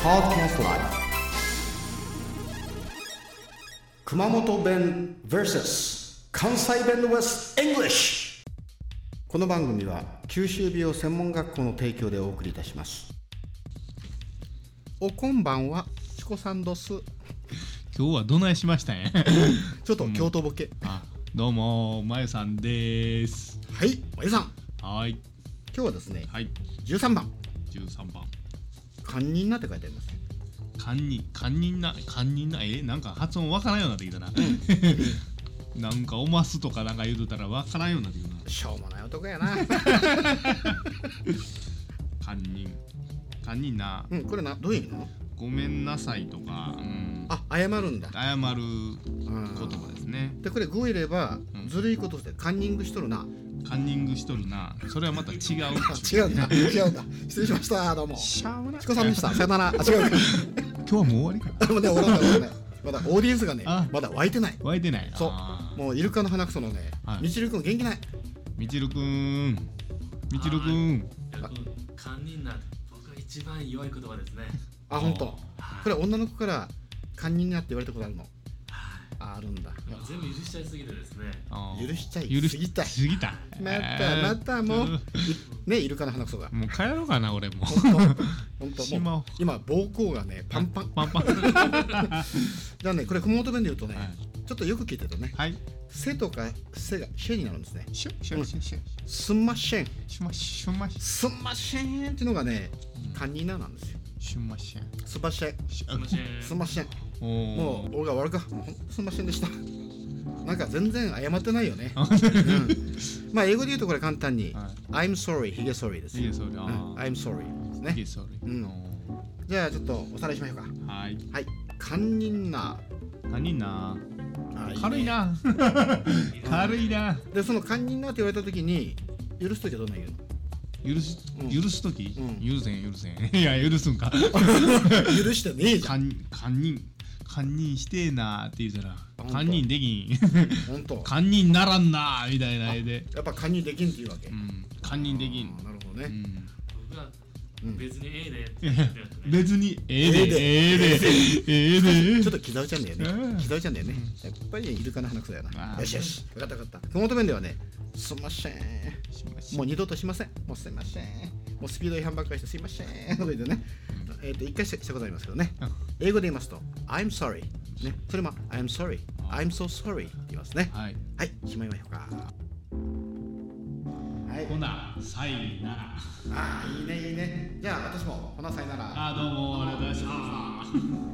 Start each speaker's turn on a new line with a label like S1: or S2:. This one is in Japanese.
S1: Podcast Live 熊本弁 vs 関西弁 West English この番組は九州美容専門学校の提供でお送りいたしますおこんばんはチコさんどす
S2: 今日はどないしましたんや
S1: ちょっと京都ボケ、
S2: あどうもまゆさんです
S1: はいまゆさん
S2: はい
S1: 今日はですね
S2: はい
S1: 13番
S2: 13番
S1: 堪忍なって書いてあります
S2: 堪忍堪忍な堪忍なえなんか発音わからんようになってきたななん かおますとかなんか言うとったらわからんようになってきたな
S1: しょうもない男や な
S2: 堪忍堪忍な
S1: うんこれなどういう意味なの
S2: ごめんなさいとか、うん、
S1: あ謝るんだ
S2: 謝る
S1: うん
S2: 言葉ですね
S1: でこれ語入れば、
S2: うん
S1: ずるいことしてカンニングしとるな。
S2: カンニングしとるなそれはまた違う
S1: 違う な、違うな。失礼しました、どうも。チ
S2: しゃうな
S1: コさんで した。さよなら。あ、違う。
S2: 今日はもう終わりか
S1: でもね、おらんないおらんないまだオーディエンスがね
S2: あ、
S1: まだ湧いてない。
S2: 湧いてないな
S1: そう
S2: あー
S1: もうイルカの鼻くそのね
S2: は、い
S1: みちるくん元気ない。
S2: みちるくーんみちるくーん
S3: あこの堪忍な僕が一番弱い言葉ですね。
S1: あ、ほんと。これ女の子からカンニングなって言われたことあるの。
S3: はい
S1: あ、あるんだ。
S3: 全部許しちゃいすぎてですね。
S2: あー
S1: 許しちゃい
S2: 許
S1: すぎた
S2: すぎた
S1: ま
S2: え
S1: た
S2: ー
S1: またもう
S2: ちょっ、
S1: いね、イルカの鼻く そが
S2: と。もう帰ろうかな俺も
S1: ほんと。ほんと。
S2: し
S1: もう
S2: まおう
S1: 今、膀胱がね、パンパン。
S2: パンパンは
S1: じゃあね、これ熊本弁で言うとね
S2: い、
S1: ちょっとよく聞いてるとね、
S2: はい
S1: せとかせがせになるんですね。
S2: シュッシュッシュッシュッ
S1: すんましぇん。
S2: シュマシュマシ
S1: すんましぇんっていうのがね、カンニナなんですよ。
S2: シュマシュ
S1: すばしぇん。
S2: シ
S3: すいません
S1: すんましぇん。
S2: おー
S1: もう、俺が悪か。もうほんとすんましぇんでした。なんか全然謝ってないよ ね。うんまあ、英語で言うとこれ簡単に、
S2: は
S1: I'm sorry, ヒゲ sorry です。
S2: いいそれあ
S1: うん
S2: ー
S1: I'm sorry です
S2: い
S1: ね
S2: い。それ
S1: うんじゃあちょっとおさらいしましょうか。
S2: はい
S1: はい。カンニンナ。
S2: 何な
S1: あ
S2: 軽い。な軽いな
S1: ねで、そのカンニンナって言われたときに、許すときはどんな言うの
S2: 許す
S1: うん
S2: 許すとき
S1: うん
S2: 許せん許せんいや許すんか
S1: 許してねえじゃん。
S2: 堪堪忍堪忍してえなーって言うたら
S1: あほんと
S2: 堪忍できん
S1: ほんと。
S2: 堪忍ならんなーみたいな絵で
S1: やっぱカンニンできんって言うわけ。
S2: うん堪忍できん
S1: あーなるほど
S2: う
S1: ね。
S2: ん
S3: 僕が
S1: うん
S3: 別にええでって言ってましたね。
S2: 別にええで
S1: え
S2: ええでええで
S1: ちょっと刻うちゃうんだよ
S2: うん
S1: ね。刻うちゃうんだよね。やっぱりイルカの鼻くそや
S2: あ
S1: な。
S2: ー
S1: よしよし。分かった分かった。熊本弁ではね、すんません。
S2: しまし
S1: もう二度としません。もうすいません。もうスピード違反ばっかりしてすいません。とか言ってね。えっと、一回したしたことありますけどね
S2: うん。
S1: 英語で言いますと、I'm sorry。ね。それも、I'm sorry。I'm so sorry。言いますね。
S2: はい
S1: はい、決まりましょうか。はい。
S2: ほなさいなら
S1: ああ、いいね、いいね。じゃあ、私も、ほなさいなら。
S2: あーどうもありがとうございました